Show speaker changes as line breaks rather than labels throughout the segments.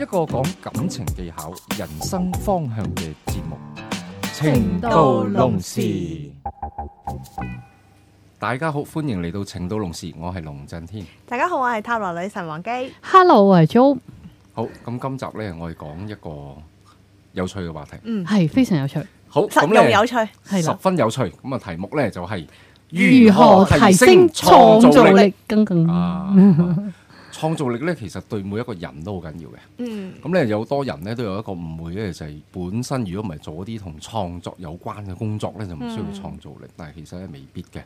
一個講感情技巧、人生方向嘅節目《
情到濃時》。
大家好，歡迎嚟到《情到濃時》，我係龍震天。
大家好，我係塔羅女神王姬。
Hello，我係 Jo，
好，咁今集呢，我哋講一個有趣嘅話題。
嗯，
係非常有趣，
好，
實
咁
用
呢
有趣。
係
十
啦。
分有趣。咁啊，題目呢就係
如何提升創造力？更更
啊！ 啊創造力呢，其實對每一個人都好緊要嘅。
嗯
咁咧有好多人咧都有一個誤會咧，就係、本身如果唔係做一啲同創作有關嘅工作咧，就唔需要創造力，
嗯
但係其實咧未必嘅。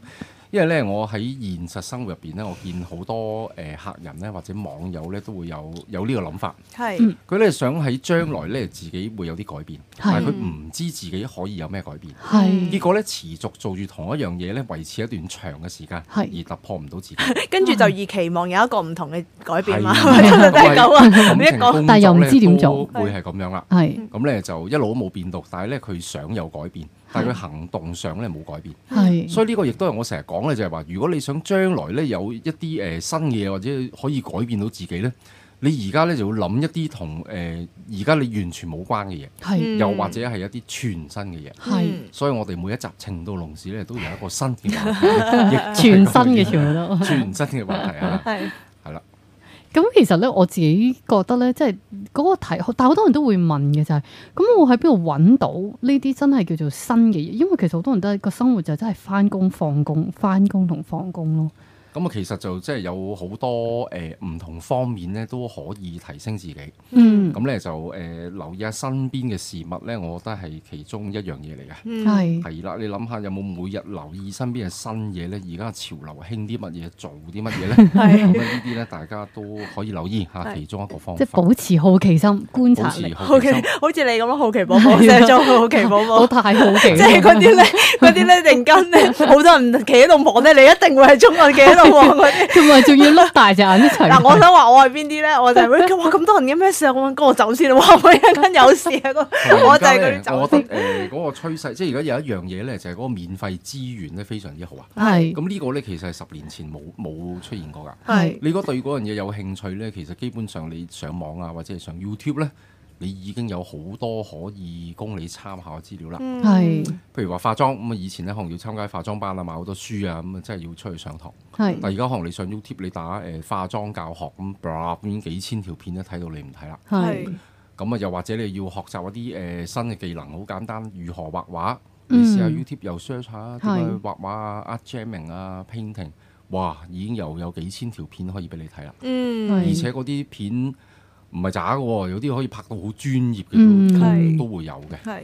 因為咧，我喺現實生活入邊咧，我見好多誒、呃客人咧或者網友咧都會有有呢個諗
嗯
法，
係
佢咧想喺將來咧自己會有啲改變，但係佢唔知自己可以有咩改變。
係
結果咧持續做住同一樣嘢咧，維持一段長嘅時間，而
係
突破唔到自己。
跟住就易期望有一個唔同嘅改變嘛，
係
係咪 真係都係咁啊？
感
你一
情
講
工
但係又唔
作呢
知點做
都會係咁樣啦。
係
咁咧就一路都冇變到，但係咧佢想有改變，但係佢行動上咧冇改變，
係
所以呢個亦都係我成日講嘅就係話，如果你想將來咧有一啲誒、呃新嘢或者可以改變到自己咧，你而家咧就要諗一啲同誒而家你完全冇關嘅嘢，
係
嗯
又或者係一啲全新嘅嘢。
係
所以我哋每一集情到濃時咧都有一個新嘅話題，亦
全
都係咁
新嘅
樣
全部都。
全新嘅話題啊，
係
係啦，
咁其實咧，我自己覺得咧，即係嗰個題，但好多人都會問嘅就係、咁我喺邊度揾到呢啲真係叫做新嘅嘢？因為其實好多人都係個生活就真係翻工放工，翻工同放工咯。
咁啊其實就即係有好多誒唔、同方面咧都可以提升自己。
嗯，
咁咧就誒、呃留意下身邊嘅事物咧，我覺得係其中一樣嘢嚟嘅。
嗯
係
係啦，你諗下有冇每日留意身邊嘅新嘢咧？而家潮流興啲乜嘢，做啲乜嘢咧？咁啊
係
呢啲咧，大家都可以留意下
係
其中一個方
即係
法。
保啊持好奇心、觀察力。
好
好
奇
奇
心，，
好似你咁咯，好奇寶寶，成日做啊好奇啊寶寶
我。太好奇
即係嗰啲
啦，
咧，嗰啲咧，突然間咧，好多人企喺度望咧，你一定會係中我企喺度望嗰啲。
同埋仲要碌大隻眼一齊。
嗱，我想話我係邊啲咧？我 就係喂哇咁多人嘅咩事啊？我哥我走先啦，哇！我一間有事啊，個我
我
就係嗰啲
我
走
覺
先。
得誒呃嗰個趨勢，即係而家有一樣嘢咧，就係嗰個免費資源咧非常之好啊！
係
咁呢個咧其實係十年前冇冇出現過㗎。
係
你如果對嗰樣嘢有興趣呢，其實基本上你上網啊，或者係上 YouTube 呢，你已經有好多可以供你參考嘅資料啦。
嗯
係
譬如話化妝咁啊，以前呢可能要參加化妝班啊，買好多書啊，咁啊真係要出去上堂。但
係
而家可能你上 YouTube 你打誒、呃化妝教學咁，咁已經幾千條片都睇到你唔睇啦。
係
咁啊，又或者你要學習一啲誒、呃新嘅技能，好簡單，如何畫畫。你試下
嗯
YouTube 又 search 下點
係
樣畫畫啊、art jamming 啊、painting，哇，已經又有幾千條片可以俾你睇啦。
嗯
而且嗰啲片唔係渣嘅喎，有啲可以拍到好專業嘅都、
嗯
係
都會有嘅。
係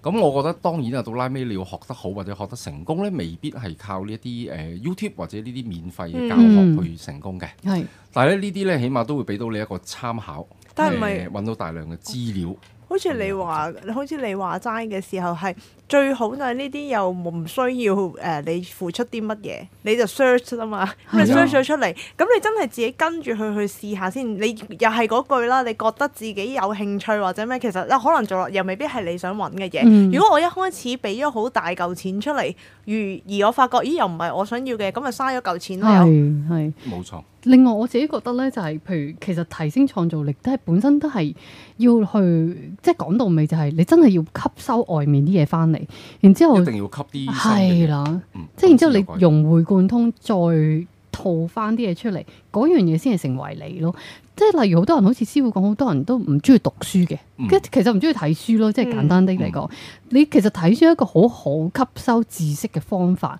咁我覺得當然啊，到拉尾你要學得好或者學得成功呢，未必係靠呢一啲誒 YouTube 或者呢啲免費嘅
嗯
教學去成功嘅。
係
但係咧呢啲呢，起碼都會俾到你一個參考，
但係咪
誒揾到大量嘅資料。
好似你話，好似你話齋嘅時候係最好就係呢啲又唔需要誒、呃你付出啲乜嘢，你就 search 啊嘛，咁你
係啊
search 咗出嚟，咁你真係自己跟住去去試下先。你又係嗰句啦，你覺得自己有興趣或者咩，其實啊可能做落又未必係你想揾嘅嘢。
嗯
如果我一開始俾咗好大嚿錢出嚟，如而我發覺咦又唔係我想要嘅，咁咪嘥咗嚿錢咯。又
係係。
冇錯，
另外我自己覺得咧，就係、譬如其實提升創造力都係本身都係要去，即係講到尾就係、你真係要吸收外面啲嘢翻嚟，然之後
一定要吸啲新嘅
哦係
嘢。
啦，
嗯
即係然之後
咁先有改變
你融會貫通，再套翻啲嘢出嚟，嗰樣嘢先係成為你咯。即係例如好多人好似師傅講，好多人都唔中意讀書嘅，
嗯
跟其實唔中意睇書咯。即係
嗯
簡單啲嚟講，你其實睇書係一個好好吸收知識嘅方法，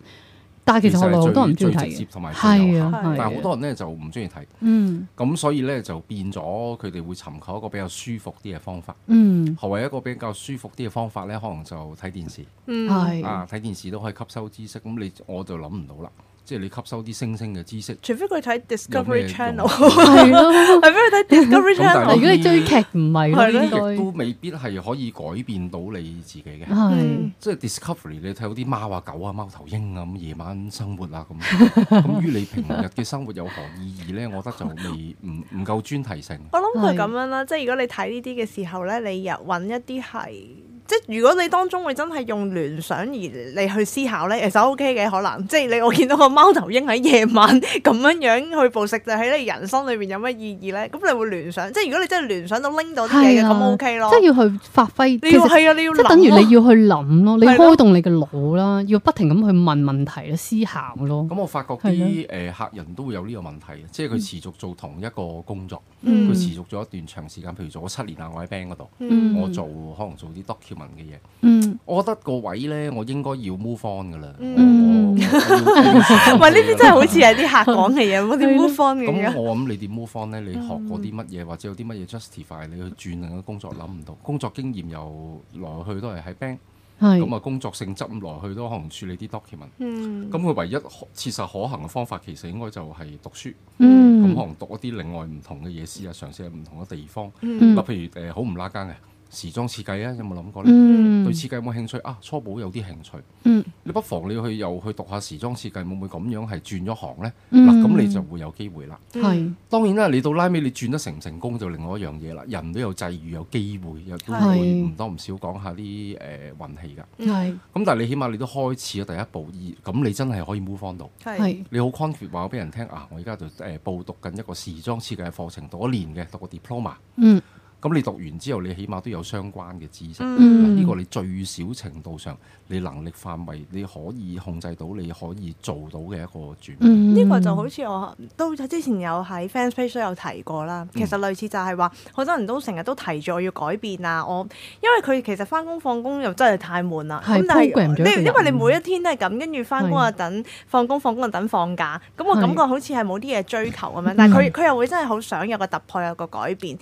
但係其實後來好多人唔中
最
意睇
直接
嘅，
同埋最有
係
效
啊，
但係好
係啊，
多人呢就唔中意睇。
嗯
咁所以咧就變咗佢哋會尋求一個比較舒服啲嘅方法。
嗯。
何謂一個比較舒服啲嘅方法咧？可能就睇電視
嗯
係
啊，睇電視都可以吸收知識。咁你我就諗唔到啦，即係你吸收啲星星嘅知識。
除非佢睇
有咩
Discovery
用
Channel，
係咯。
係俾佢睇 Discovery
咁但
Channel
係。
如果你追劇唔係咯，
呢
係
應
啲亦都
該
未必係可以改變到你自己嘅。
係
嗯
即係 Discovery，你睇到啲貓啊、狗啊、貓頭鷹啊咁夜晚生活啊 咁，咁於你平日嘅生活有何意義呢？我覺得就未唔唔夠專題性。
我諗佢
係
咁樣啦，即係如果你睇呢啲嘅時候咧，你又揾一啲係，即係如果你當中會真係用聯想而你去思考咧，其實 O K 嘅可能，即係你我見到個貓頭鷹喺夜
啊
晚咁樣樣去捕食，就喺你人生裏邊有乜意義咧？咁你會聯想，即係如果你真係聯想到拎到啲嘢嘅，
係啊
咁 O K 咯
即。係要去發揮。其
你要
實
係啊，你要
即係等於
諗咯
你要去諗咯，你
係咯
開動你嘅腦啦，要不停咁去問問題啦、思考咯。
咁我發覺啲誒
啊
客人都會有呢個問題嘅，即係佢持續做同一個工作，
嗯
佢持續咗一段長時間，譬如做咗七年啦，我喺 band 嗰度，
嗯
我做可能做啲 document 嘅嘢。
嗯，
我覺得個位咧，我應該要 move on 噶啦。
嗯
喂，呢啲真係好似係啊啲客講嘅嘢，
係
嗰啲
咯
move on 嘅
咁
嘢。
我諗你點 move on 咧？你學過啲乜嘢，或者有啲乜嘢 justify 你去轉另一個工作？諗唔到，工作經驗又來去都係喺 bank，咁
係
啊工作性質咁來去都可能處理啲 document。
嗯，
咁佢唯一可切實可行嘅方法，其實應該就係讀書。咁、可
嗯
能讀一啲另外唔同嘅嘢，試下嘗試喺唔同嘅地方。
嗯
嗱、譬如誒好唔拉更嘅時裝設計啊，有冇諗過咧？
嗯
對設計有冇興趣啊？初步有啲興趣。
嗯
你不妨你去又去讀下時裝設計，會唔會咁樣係轉咗行呢？
嗯
嗱、咁你就會有機會啦。
嗯
係
當然啦，你到拉尾你轉得成唔成功就另外一樣嘢啦。人都有際遇，有機會，又都
係
會唔多唔少講下啲誒、呃、運氣㗎。
嗯
係
咁但係你起碼你都開始咗第一步，而咁你真係可以 move on 到。
係
係
你好 confident 話俾人聽啊！我而家就誒報讀緊一個時裝設計嘅課程，讀一年嘅，讀個 diploma。
嗯
咁你讀完之後，你起碼都有相關嘅知識。嗱
嗯
呢個你最少程度上，你能力範圍你可以控制到，你可以做到嘅一個轉變。
嗯
呢個就好似我都之前有喺 fans page 都有提過啦。
嗯
其實類似就係話，好多人都成日都提住我要改變啊。我因為佢其實翻工放工又真係太悶啦。
係
咁但係
program 咗一個人
你因為你每一天都係咁，跟住翻工又啊等，放工放工又等放假，咁我
係嗯
感覺好似係冇啲嘢追求咁樣。但係佢佢又會真係好想有個突破，有個改變。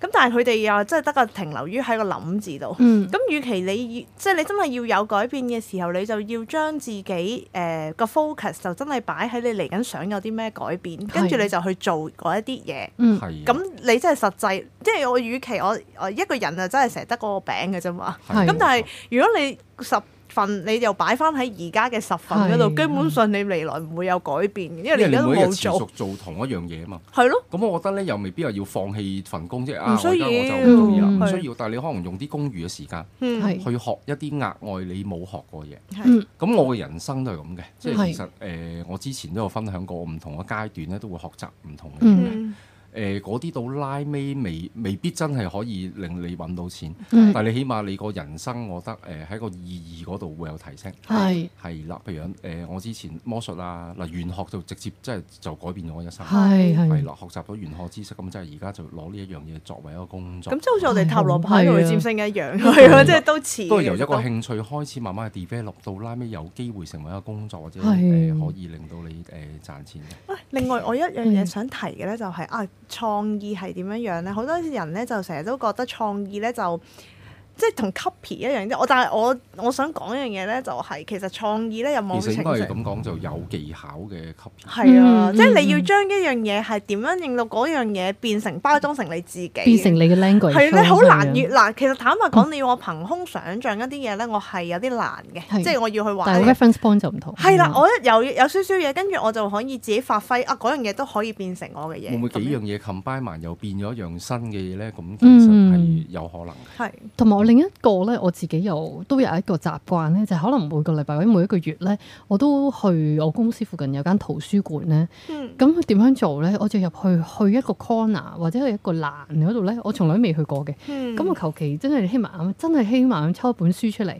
咁但係佢哋又真係得個停留於喺個諗字度。
嗯
咁，與其你要即係你真係要有改變嘅時候，你就要將自己誒個、focus 就真係擺喺你嚟緊想有啲咩改變，跟住你就去做嗰一啲嘢。
嗯
係啊
咁你真係實際，即係我與其我我一個人啊，真係成日得嗰個餅嘅啫嘛。
係啊
咁但係如果你十份你又擺翻喺而家嘅十份嗰度，
係
基本上你未來唔會有改變，因為
因為
你而家
你
都
每一日
冇
持
做
續，做同一樣嘢啊嘛。
係咯，
咁我覺得咧，又未必話要放棄份工啫。啊，
唔
我而
需
家
要嗯
我就唔中意啦，唔
係
需要。但係你可能用啲公餘嘅時間
嗯
係
去學一啲額外你冇學過嘢。
係
咁我嘅人生都係咁嘅，即係
係
其實誒、呃我之前都有分享過，唔同嘅階段咧都會學習唔同嘅嘢。
嗯
嗯
誒嗰啲到拉尾未未必真係可以令你揾到錢，
嗯
但係你起碼你個人生，我覺得誒喺、個意義嗰度會有提升。
係
係啦，譬如誒、我之前魔術啊，嗱玄學就直接即係就改變咗我一生。
係
係
係
啦，學習到玄學知識，咁即係而家就攞呢一樣嘢作為一個工作
嗯
咁。即係好似我哋塔羅牌同
係
埋
啊
占星一樣，係咯， 即係都似嘅。
都係啊由一個
其實
興趣開始慢慢去 develop 到拉尾有機會成為一個工作，或者誒、
係
可以令到你誒、賺錢嘅。
喂另外我一樣嘢
嗯
想提嘅咧、就係啊創意係點樣樣咧？好多人咧就成日都覺得創意咧就即係同 copy 一樣啫。我但係我我想講一樣嘢咧，就係、其實創意咧有冇
其實
情
應該係
緒？
咁講，就有技巧嘅 copy。
係啊，
嗯
即係
嗯
你要將一樣嘢係點樣令到嗰樣嘢變成包裝成你自己嘅，
變成你嘅 language
係咧，
咯
好難
係
越
啊
嗱。其實坦白講，你要我憑空想像一啲嘢咧，我係有啲難嘅，
係
即係我要去玩
但係 reference point 就唔同。嗯
係啦，我一有有少少嘢，跟住我就可以自己發揮啊！嗰樣嘢都可以變成我
嗯
嘅嘢。
會唔會幾
咁樣
樣？嘢 combine 埋又變咗一樣新嘅嘢咧？咁其實
嗯
係有可能嘅。
係
同埋我另一個咧，我自己有都有一個習慣咧，就係可能每個禮拜或者每一個月咧，我都去我公司附近有間圖書館咧。
嗯
咁佢點樣做咧？我就入去去一個 corner 或者去一個欄嗰度咧，我從來都未去過嘅。
嗯
咁我求其真係希望眼，真係希望眼抽一本書出嚟。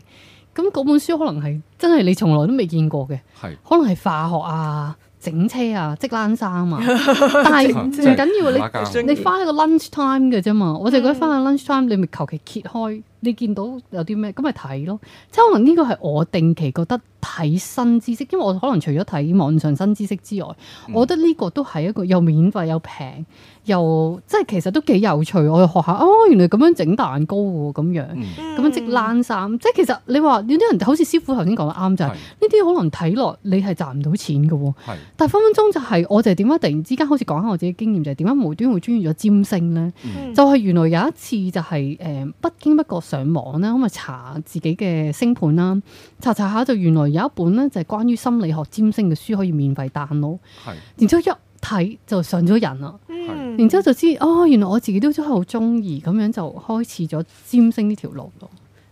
咁嗰本書可能係真係你從來都未見過嘅，
係
可能係化學啊、整車啊、織冷衫啊， 但係唔
啊即係
緊要你。
馬家
你翻去個 lunch time 嘅啫嘛，我就
嗯
覺得翻去 lunch time 你咪求其揭開，你見到有啲咩咁咪睇咯。即係可能呢個係我定期覺得睇新知識，因為我可能除咗睇網上新知識之外，
嗯
我覺得呢個都係一個又免費又平又即係其實都幾有趣。我去學下哦，原來咁樣整蛋糕喎，咁樣。
嗯
咁樣織冷衫，即係其實你話有啲人好似師傅頭先講得啱就係
係
呢啲可能睇落你係賺唔到錢嘅喎，
係
但係分分鐘就係、我就係點解突然之間好似講下我自己經驗就係點解無端會專注咗占星咧？
嗯
就係原來有一次就係、呃不經不覺上網啦，咁啊查自己嘅星盤啦，查查下就原來有一本咧就係關於心理學占星嘅書可以免費 download，
係
然之後一睇就上咗癮啦。
嗯
然之後就知哦，原來我自己都真係好中意，咁樣就開始咗占星呢條路咯。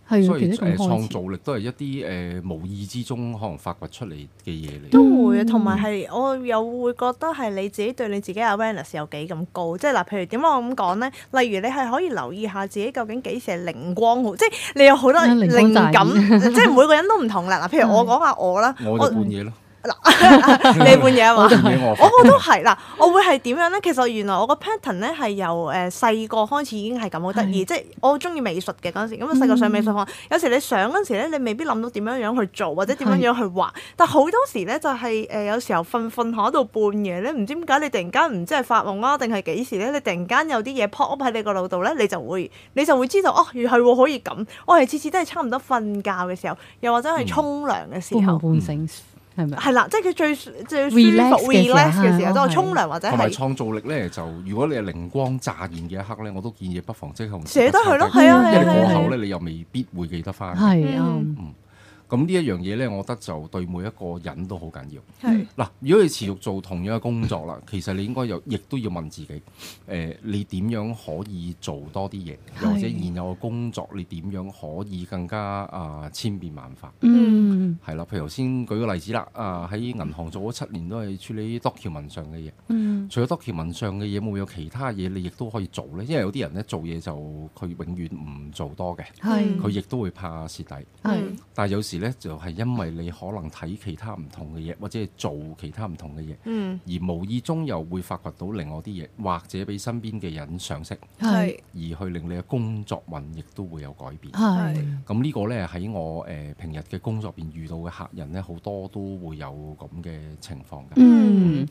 係
所
啊，其
以
實
誒
咁開
創
始。
造力都係一啲誒無意之中可能發掘出嚟嘅嘢嚟。
都會，同埋係我又會覺得係你自己對你自己嘅 awareness 有幾咁高，即係嗱，譬如點解我咁講呢？例如你係可以留意下自己究竟幾時係靈光好，即係你有好多
啊靈
靈
光
感
大，
即係每個人都唔同啦。嗱，譬如我講下我啦，
我就半夜咯，
你半夜啊嘛。
半夜我
我我都係嗱，我會係點樣咧？其實原來我個 pattern 咧係由誒細個開始已經係咁好得意，即係我中意美術嘅嗰陣時，咁啊細個上美術課，有時你上嗰陣時咧，你未必諗到點樣樣去做或者點樣樣去畫，但好多時咧就係、誒、有時候瞓瞓下到半夜咧，唔知點解你突然間唔知係發夢啊定係幾時咧，你突然間有啲嘢 pop up 喺你個腦度咧，你就會你就會知道哦，原來係喎可以咁，我係次次都係差唔多瞓覺嘅時候，又或者係沖涼嘅時
半
候
夢。半醒係咪？啊
係啦，即係佢最最舒服
Relax 嘅時候
relax 嘅時
係
候，即係我
係
沖涼或者
同埋
係
創造力咧，就如果你係靈光乍現嘅一刻咧，我都建議不妨即刻
寫得佢咯，
因
係啊
為
係啊係
過
啊
後
係啊，
咧，你又未必會記得翻。
係啊
嗯，
咁呢一樣嘢咧，我覺得就對每一個人都好緊要。
係
嗱，如果你持續做同樣嘅工作啦， 其實你應該有，亦都要問自己，誒、呃你點樣可以做多啲嘢，又或者
係
現有嘅工作，你點樣可以更加啊、千變萬化？
嗯
係啦，譬如頭先舉個例子啦，啊喺銀行做咗七年都係處理 document 上嘅嘢，
嗯
除咗 document 上嘅嘢，會唔會有其他嘢你亦都可以做呢？因為有啲人呢，做嘢就佢永遠唔做多嘅，
係
嗯
佢亦都會怕蝕底。
係
但係有時呢，就係因為你可能睇其他唔同嘅嘢，或者係做其他唔同嘅嘢，
嗯
而無意中又會發掘到另外啲嘢，或者俾身邊嘅人賞識，
係
係
而去令你嘅工作運亦都會有改
啊
變。
係
咁呢個呢，喺我誒、呃平日嘅工作邊遇到嘅客人呢，好多都會有咁嘅情況嘅。咁、
嗯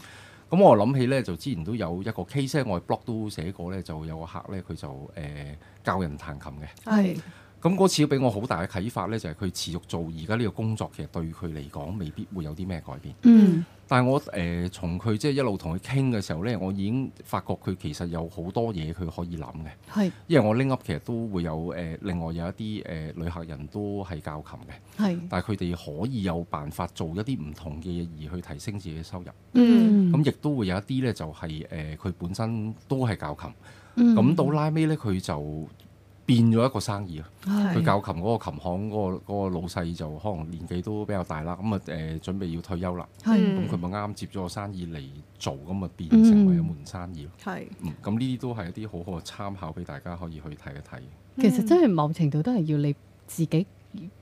我諗起呢，就之前都有一個 case 呢我喺 blog 都寫過呢，就有個客呢，佢就誒、呃教人彈琴嘅。
係
咁嗰次俾我好大嘅啟發呢，就係、佢持續做而家呢個工作，其實對佢嚟講未必會有啲咩改變。
嗯
但係我誒、呃、從佢即係一路同佢傾嘅時候呢，我已經發覺佢其實有好多嘢佢可以諗嘅。
係
因為我拎 up 其實都會有誒、呃另外有一啲誒、呃女客人都係教琴嘅。
係
但係佢哋可以有辦法做一啲唔同嘅嘢，而去提升自己嘅收入。
嗯
咁亦都會有一啲呢，就係誒佢本身都係教琴，
嗯
咁到拉尾呢，佢就變咗一個生意啊！
係
佢教琴嗰個琴行嗰、個嗰個老細就可能年紀都比較大啦，咁啊誒準備要退休啦，
係
咁佢咪啱接咗個生意嚟做，咁啊變成為一門生意咯。
係
嗯，咁呢啲都係一啲好好嘅參考俾大家可以去睇一睇。
其實真係某程度都係要你自己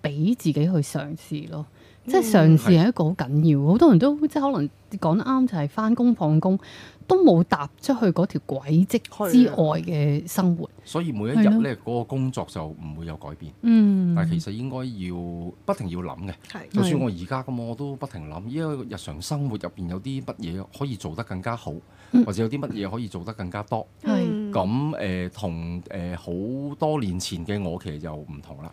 俾自己去嘗試咯。
嗯
即係嘗試係一個好緊要，好多人都即係可能講得啱，就係翻工放工都冇踏出去嗰條軌跡
啊
之外嘅生活。
所以每一
係
日
咯
呢，嗰、個工作就唔會有改變，
嗯，
但係其實應該要不停要諗嘅。
係
就算我而家咁，我都不停諗，因為日常生活入邊有啲乜嘢可以做得更加好，
嗯
或者有啲乜嘢可以做得更加多。
係
咁誒同誒好多年前嘅我其實又唔同啦。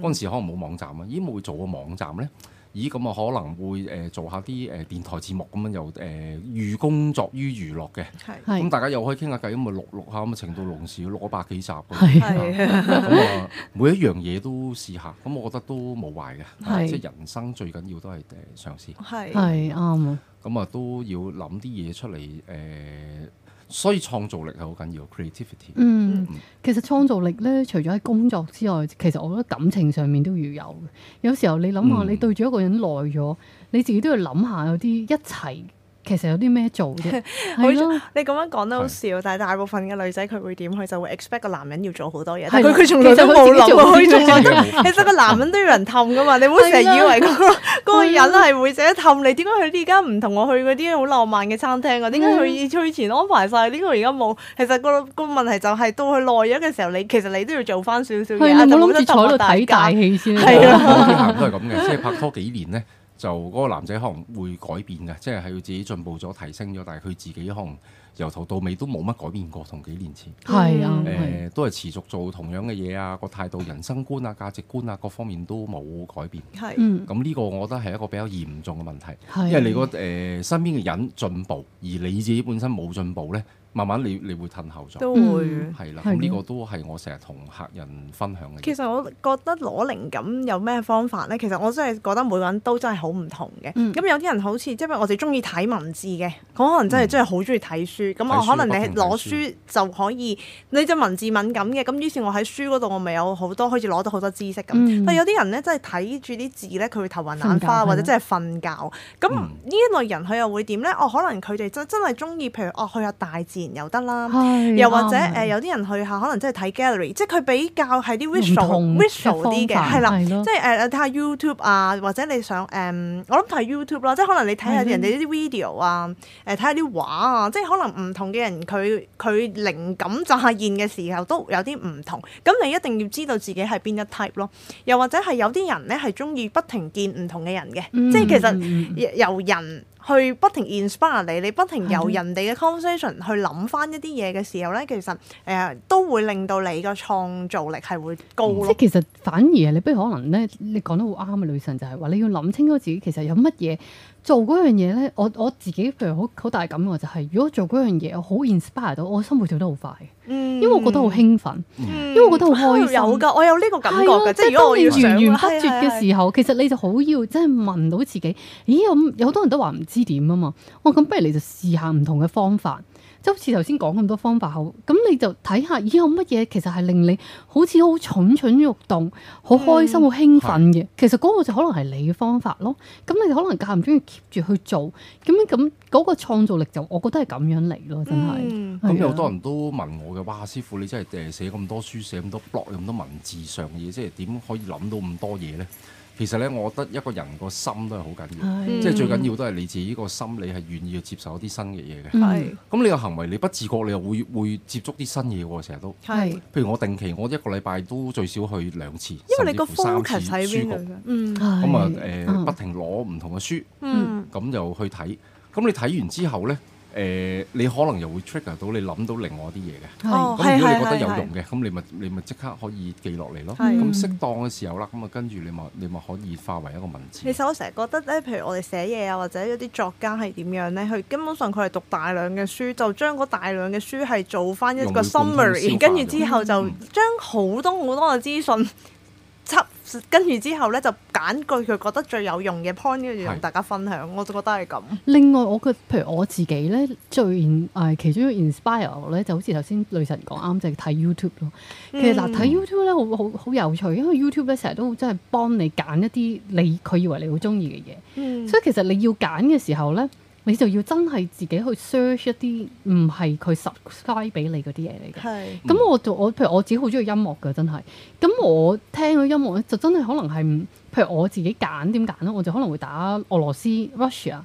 係
嗰陣時可能冇網站啊，咦會做個網站呢？咦咁啊可能會誒、呃做下啲誒電台節目咁樣又誒、呃寓工作於娛樂嘅，
係
咁
係
大家又可以傾下偈，咁咪錄錄下咁啊程度龍時要錄咗百幾集㗎
係
係
咁啊，每一樣嘢都試下，咁我覺得都冇壞嘅，啊
係
即係人生最緊要都係誒嘗試，
係
係啱啊！
咁啊都要諗啲嘢出嚟誒、所以創造力係好緊要，creativity。
嗯
嗯，
其實創造力咧，除咗喺工作之外，其實我覺得感情上面都要有嘅。有時候你諗下，
嗯
你對住一個人耐咗，你自己都要諗下有啲一齊其實有啲咩做 啫。係啊咯，
你咁樣講得好
係
笑，但係大部分嘅女仔佢會點？佢就會 expect 個男人要做好多嘢，
係
但佢
啦
佢從來都冇
其實佢自己
諗
做
過，
啲
佢從來
咩
都
冇
其實個男人都有人氹噶嘛，你唔好成日以為嗰 個嗰個人係會成日氹你。點解佢而家唔同我去嗰啲好浪漫嘅餐廳
嗯
啊？點解佢佢以前安排晒？點解佢而家冇？其實個個問題就係到佢耐咗嘅時候，你其實你都要做翻少少嘢，
係
啊
你
就
冇
冇得
諗住
氹
坐喺
我
度睇
大
大
家。
戲先啦。
係啊
我啲客人都係咁嘅，即係拍拖幾年呢，就嗰個男仔可能會改變嘅，即係係佢自己進步咗、提升咗，但係佢自己可能由頭到尾都冇乜改變過，同幾年前。
係啊
誒、
嗯
係
都係持續做同樣嘅嘢啊，個態度、人生觀啊、價值觀啊各方面都冇改變。
係
嗯
咁呢個我覺得係一個比較嚴重嘅問題，
係，
因為你個誒、身邊嘅人進步，而你自己本身冇進步呢，慢慢你你會褪後咗。
都會。
嗯
係啦，
係
咁呢
咯
個都係我成日同客人分享嘅嘢。
其實我覺得攞靈感有咩方法呢？其實我真係覺得每個人都真係好唔同嘅。咁、
嗯
有啲人好似即係我哋中意睇文字嘅，佢可能真係
嗯
真係好中意睇書。
睇
咁、
書
我可能你
不停睇
攞
書
書就可以，你隻文字敏感嘅，咁於是我喺書嗰度我咪有好多開始攞到好多知識咁。
嗯
但有啲人呢，真係睇住啲字呢，佢會頭暈眼
瞓覺係
花
啦
或者真係瞓覺。咁
嗯
呢一類人佢又會點呢？哦，可能佢哋真真係中意，譬如哦去下大自然又得啦。
係
又或者
啱
誒、
啊
有啲人去下可能真係睇 gallery，即係佢比較係啲
唔同
visual
嘅
visual 啲嘅，
方法
係啦，
係咯
即係呃誒睇下 YouTube 啊，或者你想誒、我諗睇 YouTube 啦，即係可能你睇下
係咯
人哋啲 video 啊，誒睇下啲畫啊，即係可能唔同嘅人佢佢靈感乍現嘅時候都有啲唔同，咁你一定要知道自己係邊一 type 咯，又或者係有啲人咧係中意不停見唔同嘅人嘅，
嗯
即係其實。
嗯嗯嗯
由人去不停 inspire 你，你不停由
係
人哋嘅 conversation 去諗翻一啲嘢嘅時候咧，其實誒、呃都會令到你個創造力係會高
嗯即係
咯。
其實反而啊係你不如可能咧，你講得好啱啊！女神就係話你要諗清楚自己其實有乜嘢做嗰樣嘢咧。我我自己譬如好好大感覺就係、如果做嗰樣嘢我好 inspire 到，我心會跳得好快，
嗯
因為我覺得好興奮。
因
為我覺得好開心
有㗎，我有呢個感覺
係
㗎，
啊
即係如啊果我要
當你源
上
源
啦
不絕嘅時候，其實你就好要即係問到自己，咦有有好多人都話唔知點啊嘛，我咁不如你就試下唔同嘅方法，即係好似頭先講咁多方法後，咁你就睇下咦有乜嘢其實係令你好似好蠢蠢欲動、好開
嗯
心、好興奮嘅，其實嗰個就可能係你嘅方法咯。咁你就可能間唔中要 keep 住去做，咁樣咁嗰個創造力就我覺得係咁樣嚟咯，真係。
嗯
咁
係啊
有好多人都問我嘅，哇！師傅你真係誒寫咁多書、寫咁多 blog、有咁多文字上嘅嘢，即係點可以諗到咁多嘢呢？其實呢，我覺得一個人個心都係好緊要，
係
嗯
即係最緊要都係你自己個心，你係願意去接受一啲新嘅嘢嘅。
嗯
係
咁你個行為，你不自覺你又會會接觸啲新嘢喎，成日都。
係，
譬如我定期我一個禮拜都最少去兩次，
因為你個
甚至乎三次
focus 喺
書
邊度
局。
㗎？嗯
係
咁啊
嗯
誒，不停攞唔同嘅書。
嗯
咁就去睇。咁你睇完之後呢，誒、你可能又會 trigger 到你諗到另外啲嘢嘅。
係
哦
咁如果
係
你覺得
係
有
係
用嘅，咁你咪你咪即刻可以記落嚟咯。
係
咁適當嘅時候啦，咁啊跟住你咪你咪可以化為一個文字
其。實我成日覺得咧，譬如我哋寫嘢啊，或者一啲作家係點樣咧，佢根本上佢係讀大量嘅書，就將嗰大量嘅書係做翻一
用
個
佢本身消
summary，
化
跟住
咗
之後就
嗯
將好多好多嘅資訊輯，跟住之後咧就揀句佢覺得最有用嘅 point，跟住同
係
大家分享。我就覺得係咁。
另外，我嘅譬如我自己咧，最誒、其中一個 inspire 我咧，就好似頭先女神講啱，就係、睇 YouTube 咯。其實嗱，
嗯
睇 YouTube 咧，好好好有趣，因為 YouTube 咧成日都真係幫你揀一啲你佢以為你好中意嘅嘢，
嗯
所以其實你要揀嘅時候咧，你就要真係自己去 search 一啲唔係佢 subscribe 俾你嗰啲嘢嚟嘅。
係
咁我就我譬如我自己好中意音樂嘅，真係。咁我聽嘅音樂咧，就真係可能係唔，譬如我自己揀點揀咧，我就可能會打俄羅斯 Russia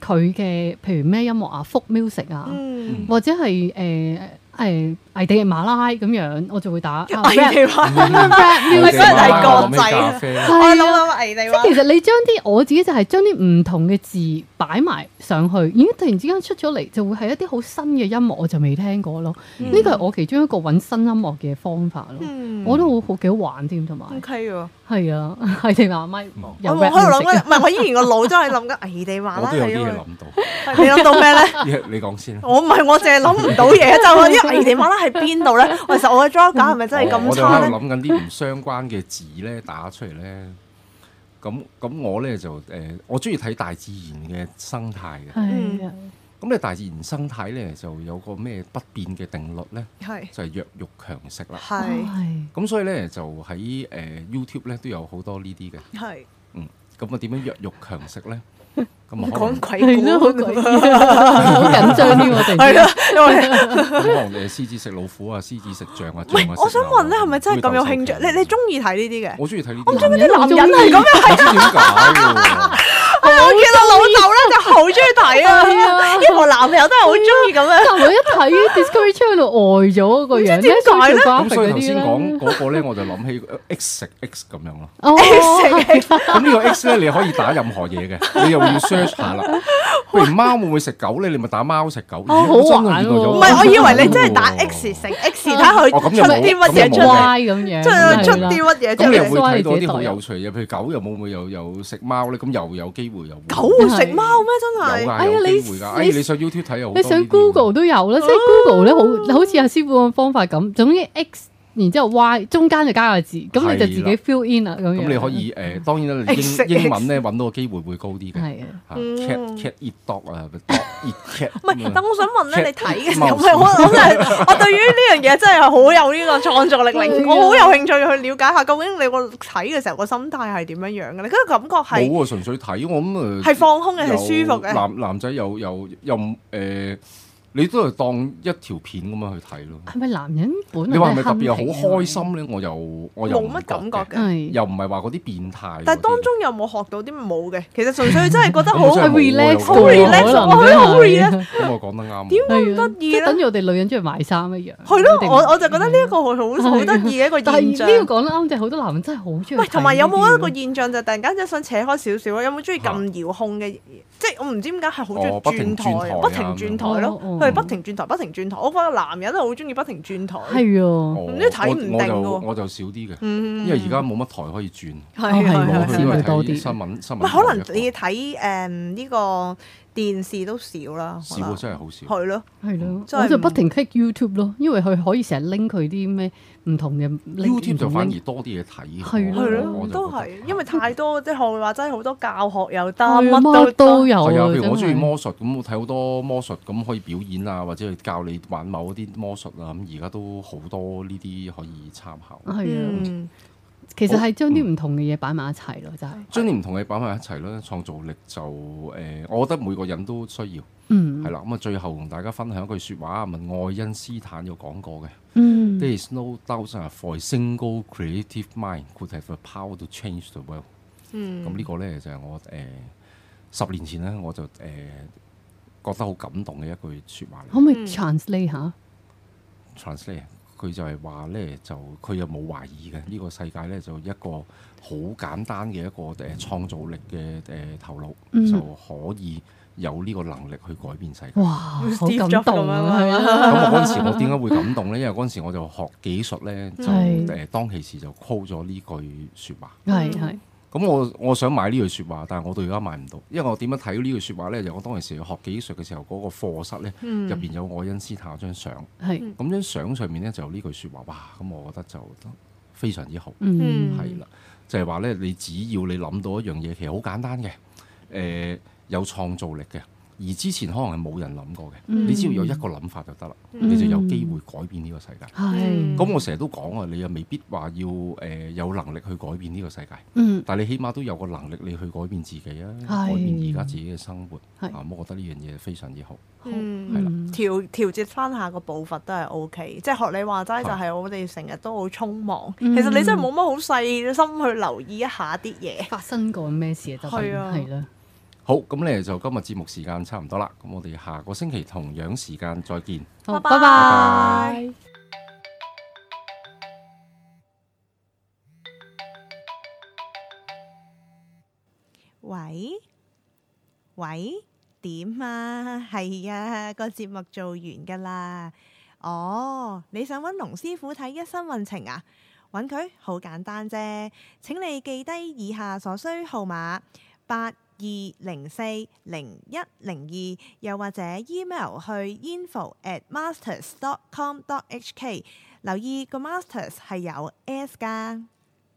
佢嘅譬如咩音樂啊，folk music 啊，
嗯，
或者係誒誒危地馬拉咁樣，我就會打啊
危
rap
地馬拉，
rap
咪真
music
係
啊。
國際啊
咖啡啦
我
係
諗
啊
諗危地
即
馬
係
拉
其實你將啲我自己就係將啲唔同嘅字擺埋上去，咦！突然之間出咗嚟就會係一啲好新嘅音樂，我就未聽過咯。
嗯
呢個係我其中一個揾新音樂嘅方法咯。
嗯
我都好好幾好玩添，同埋
OK 喎。
係啊， 係地話咪
嗯
有
我我
rap 啊
喺度諗
music
緊，唔係我依然個腦都係諗緊 危地馬
我
拉
都有
係
啲
因為
嘢。諗到。
你諗到咩咧？
你你講先啦。
我唔係，我淨係諗唔到嘢，就係話哎啲危地馬拉喺邊度咧？我其實我嘅 draw 架係咪真係
我
咁
我就
差
喺度
咧？
諗緊啲唔相關嘅字呢，打出嚟呢。咁咁我呢，就誒、我中意睇大自然嘅生態嘅。
係啊，
咁你大自然生態呢，就有個咩不變嘅定律呢？
係
就係弱肉強食啦。
係
係
咁所以咧就喺誒、呃 YouTube 咧都有好多呢啲嘅，
係
嗯，咁啊點樣弱肉強食 咧？咁啊可能
講鬼
係
故
咯，好
咁
鬼
樣，
好緊張添我
係
哋。
啦，因為
咁可能誒獅子食老虎啊，獅子食象啊，象
喂
啊，
我想問咧，係咪真係咁有興趣？你你中
意？
意睇呢啲嘅？
我中意睇呢啲，
意
我
啲男人
係咁樣，
唔知點解喎
我見到老豆咧就好中意睇啊，
啊
因為我男朋友都係好中意咁樣。
但係我一睇 Discovery Channel 呆咗個樣，
唔知點解咧
咁所以頭先講
講
嗰個咧，我就諗起 X 食 X 咁樣咯。
哦，
咁呢個 X 咧，你可以打任何嘢嘅，你又要 search 下 啦。譬如貓會唔會食狗咧？你咪打貓食狗。
哦好玩喎
唔
唔
係，我以為你真係打 X 成 X 睇下佢
哦哦咁
出
又冇
啲乜嘢
咁又
出嚟
冇，
Y 咁樣，
出嚟出
係啦
啲乜嘢出
咁你又啊會
嚟。
睇到啲好有趣嘅，譬如狗又冇會有有食貓咧，咁又有機會又會
狗啊會食貓咩？真
有
係
㗎，
哎呀
有
你
機會㗎。
你
哎，你上 YouTube 睇又好多呢啲
你想 Google 都有啦，即係 Google 咧好好似阿師傅嘅方法咁，總之 X 然之後 Y 中間就加個字，咁你就自己
係啦
fill in 啦咁樣。
咁
啊
你可以
嗯
誒，當然啦，
X
你英
X
英文咧揾到嘅機會會高啲嘅。
係啊
嚇
嗯
cat cat eat dog 啊，dog eat cat 啊
唔係，但我想問咧，
Cat-
你睇嘅時候，
Mouse
唔係我 我真係我對於呢樣嘢真係好有呢個創 作力，令
係啊
我好有興趣去了解下究竟你個睇嘅時候個心態係點樣樣嘅咧？嗰個感覺係
冇啊，純粹睇我咁誒。
係放空嘅，係
有
舒服嘅。
男男仔又又又唔誒，你都係當一條片咁樣去睇
啊
咯。
係咪男人本來
你話係咪
都
特
係
別又好
慳
開
皮
心咧？我又我又
冇
唔
乜
覺
感覺
嘅，
嘅，
嘅？係
又唔係話嗰啲變態。
但係當中有冇學到啲冇嘅？其實純粹哦真 係覺得
咁我
好
真係
係 relax
好
嘅喎
relax，
可能
我覺得好 relax
真係
咁我講得啱。
點
係啊
咁得
即係
意咧
等於我哋女人中意買衫一樣。
係咯，嗯
哋唔嗯
我我就覺得呢一個係好好得意嘅 一個
但係
現象。
呢個講得啱，就係好多男人真係好中意睇呢啲。
喂，同埋有冇一個現象就突然間即係想扯開少少啊？有冇中意撳遙控嘅？即係我唔知點解係好中意
哦不停
轉
轉台
台，
啊
不停轉台咯，
咁樣
佢係不停轉台，不停轉台。我覺得男人係好中意不停轉台。
係啊，
我
唔知睇唔定
我我就
喎
我就少啲嘅，
嗯，
因為而家冇乜台可以轉，
哦
係
係
我
係
去
係
都係
會多
睇
啲
新聞新聞台
唔係
嘅。
可能你睇誒呢個電視都少啦，
少啊真係好少。
係咯，
係咯，
真係
我就
唔
不停 click YouTube 咯，因為佢可以成日拎佢啲咩唔同嘅 link，
YouTube 就
唔同
反
link
而多啲嘢睇。
係咯
我
係咯，
就
都
覺得
係，因為太多即係學話真係好多教學又得，
係啊
乜
都
都得。
有啊
係啊，譬如我中意
真係
魔術，咁我睇好多魔術，咁可以表演啊，或者去教你玩某一啲魔術啊。咁而家都好多呢啲可以參考，
係啊，
嗯，
其實係將
哦
啲唔同嘅嘢擺埋一齊咯，真係。
將啲唔同嘅擺埋一齊啦，創造力就誒、我覺得每個人都需要
嗯
係，啦。咁啊，最後同大家分享一句説話啊，問愛因斯坦有講過嘅、
嗯
t h e r e is no doubt that for a single creative mind could have the power to change the world。
嗯
咁呢個呢，就係、我誒、呃十年前呢，我就誒、覺得好感動嘅一句説話嚟。
可唔可以
嗯
translate 下？
translate 佢就係話咧，就佢又冇懷疑嘅呢、個世界咧，就一個好簡單嘅一個誒創造力嘅誒頭腦，
嗯
就可以有呢個能力去改變世界。
哇，好
Steve
感
Jobs
動啊！
咁樣
係
啊
啊，
咁我嗰陣時我點解會感動咧？因為嗰陣時我就學技術 咧，
嗯
就
係
誒呃當其時就 call 咗呢句説話。
係係，
咁我我想買呢句説話，但係我到而家買唔到，因為我點樣睇到呢句説話咧？就我當其時學技術嘅時候，嗰、個課室咧
嗯
入邊有愛因斯坦張相。
係，
咁張相上面咧就有呢句説話，哇！咁我覺得就非常之好，
嗯
嗯
係啦、就係話咧，你只要你諗到一樣嘢，其實好簡單嘅，誒、呃有創造力嘅，而之前可能係冇人諗過嘅，
嗯
你只要有一個諗法就得啦，
嗯
你就有機會改變呢個世界。
係，
咁、我成日都講啊，你又未必話要誒、有能力去改變呢個世界，
嗯
但係你起碼都有個能力你去改變自己啊，
係
改變而家自己嘅生活啊，
係
咁我覺得呢樣嘢非常之好。
嗯
係啦
嗯
調調節翻下個步伐都係 O K，即係學你話齋，就係我哋成日都好匆忙。
嗯
其實你真係冇乜好細心去留意一下啲嘢。
發生過咩事啊？就係
係啊
係啦，
好，咁咧就今日節目時間差唔多啦，咁我哋下個星期同樣時間再見。
好，
拜
拜
拜
拜。
喂喂，點啊？ 係啊，個節目做完㗎啦。哦，你想揾龍師傅睇一生運程啊？揾佢好簡單啫。請你記低以下所需號碼八二零四零一零二，又或者 email 去 info at masters dot com dot hk。留意個 masters 係有 s 㗎。